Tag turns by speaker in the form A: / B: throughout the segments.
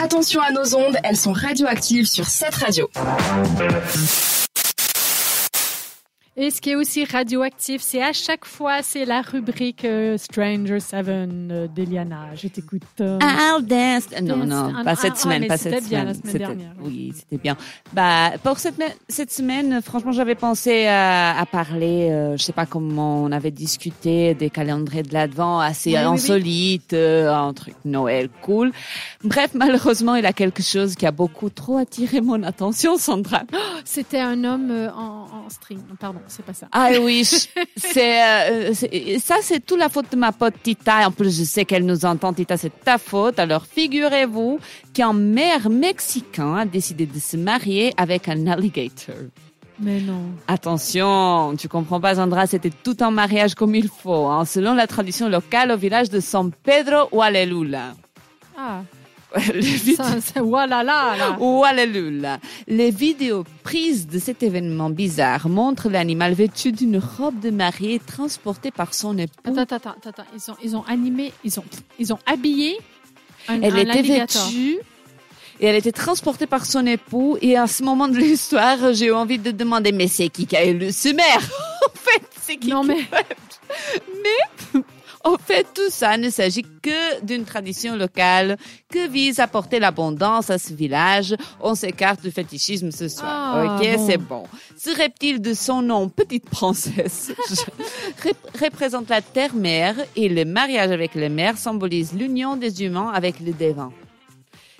A: Attention à nos ondes, elles sont radioactives sur cette radio.
B: Et ce qui est aussi radioactif, c'est à chaque fois, c'est la rubrique euh, Stranger Seven euh, d'Eliana. Je t'écoute. euh,
C: I'll dance. Non,
B: Dance.
C: non,
B: Ah,
C: pas
B: ah,
C: cette
B: ah,
C: semaine,
B: mais
C: pas
B: c'était
C: cette
B: bien la
C: semaine.
B: semaine
C: C'était-
B: dernière.
C: Oui, c'était bien. Bah, pour cette, me- cette semaine, franchement, j'avais pensé à, à parler, euh, je sais pas comment on avait discuté des calendriers de l'Advent assez
B: Oui, oui, oui.
C: insolites, euh, un truc Noël cool. Bref, malheureusement, il y a quelque chose qui a beaucoup trop attiré mon attention, Sandra.
B: ah, C'était un homme euh, en, en string. Pardon, c'est pas ça.
C: Ah oui, je- c'est euh, c'est- ça, c'est tout la faute de ma pote Tita. En plus, je sais qu'elle nous entend. Tita, c'est ta faute. Alors, figurez-vous qu'un maire mexicain a décidé de se marier avec un alligator.
B: Mais non.
C: Attention, tu comprends pas, Sandra, c'était tout un mariage comme il faut, hein, selon la tradition locale au village de San Pedro Hualelula.
B: Ah,
C: Le village-
B: ça, ça, voilà là, là.
C: Wallalula. Les vidéos prises de cet événement bizarre montrent l'animal vêtu d'une robe de mariée transportée par son époux.
B: Attends, attends, attends, attends. Ils ont, ils ont animé, ils ont, ils ont habillé un,
C: Elle
B: un
C: était
B: alligator.
C: vêtue et elle était transportée par son époux. Et à ce moment de l'histoire, j'ai eu envie de demander mais c'est qui qui a eu le sumaire En fait, c'est qui
B: Non
C: qui-
B: mais
C: En fait, tout ça ne s'agit que d'une tradition locale que vise à porter l'abondance à ce village. On s'écarte du fétichisme ce soir.
B: Ah,
C: ok,
B: bon.
C: c'est bon. Ce reptile de son nom, petite princesse, je- rep- représente la terre-mère et le mariage avec les mères symbolise l'union des humains avec les divins.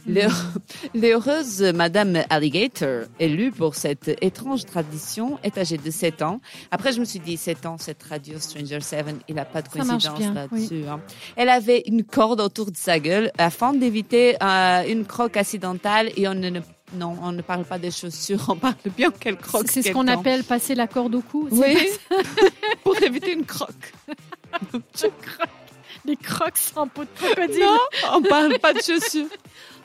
C: Le- L'heureuse Madame Alligator, élue pour cette étrange tradition, est âgée de 7 ans. Après, je me suis dit, 7 ans, cette radio Stranger 7, il n'a pas de
B: Ça marche
C: coïncidence
B: bien,
C: là-dessus. hein. Elle avait une corde autour de sa gueule afin d'éviter euh, une croque accidentale et on ne, ne- non, on ne parle pas des chaussures, on parle bien quelle croque.
B: c'est ce
C: qu'elle
B: qu'on
C: tend.
B: appelle passer la corde au cou. C'est
C: Oui, pour éviter une croque.
B: pas- Les crocs sans peau de crocodile.
C: Non, on parle pas de chaussures.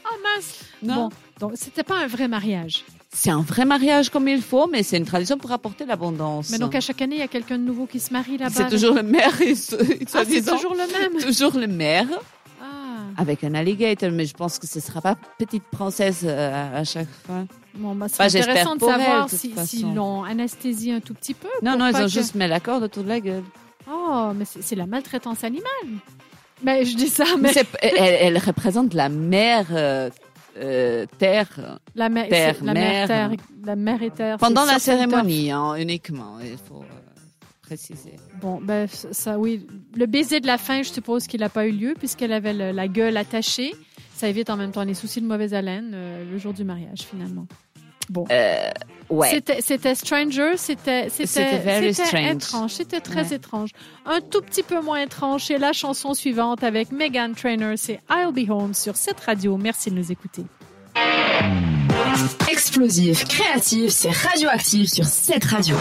B: Ah mince.
C: Non.
B: Bon, donc c'était pas un vrai mariage.
C: C'est un vrai mariage comme il faut, mais c'est une tradition pour apporter l'abondance.
B: Mais donc à chaque année, il y a quelqu'un de nouveau qui se marie là-bas.
C: C'est toujours le maire, et ce-
B: bah, Ah, c'est
C: soi-disant.
B: toujours le même.
C: toujours le maire
B: Ah.
C: avec un alligator, mais je pense que ce sera pas petite princesse euh, à chaque fois.
B: Bon, bah, c'est
C: Bah, j'espère
B: intéressant de
C: pour elle,
B: savoir
C: de toute
B: si-
C: façon.
B: s'ils l'ont anesthésié un tout petit peu.
C: Non,
B: pour
C: non, ils
B: pas
C: ont
B: que-
C: juste mis la corde autour de la gueule.
B: Oh, mais c'est c'est la maltraitance animale. Mais je dis ça,
C: Mais
B: mais
C: c'est- elle, elle représente la mère euh, euh, terre
B: la mère,
C: Terre,
B: c'est- la mère,
C: mère.
B: terre, la mère et terre.
C: pendant
B: c'est
C: la
B: sur-
C: cérémonie hein, uniquement. Il faut euh, préciser.
B: Bon, ben ça, oui. Le baiser de la fin, je suppose qu'il n'a pas eu lieu puisqu'elle avait le- la gueule attachée. Ça évite en même temps les soucis de mauvaise haleine euh, le jour du mariage finalement. Bon.
C: Euh, ouais.
B: C'était- C'était Stranger, c'était c'était-
C: C'était very
B: c'était
C: strange.
B: étrange, c'était très
C: Ouais.
B: étrange. Un tout petit peu moins étrange, c'est la chanson suivante avec Megan Trainor, c'est I'll Be Home sur cette radio. Merci de nous écouter.
A: Explosif, créatif, c'est radioactif sur cette radio.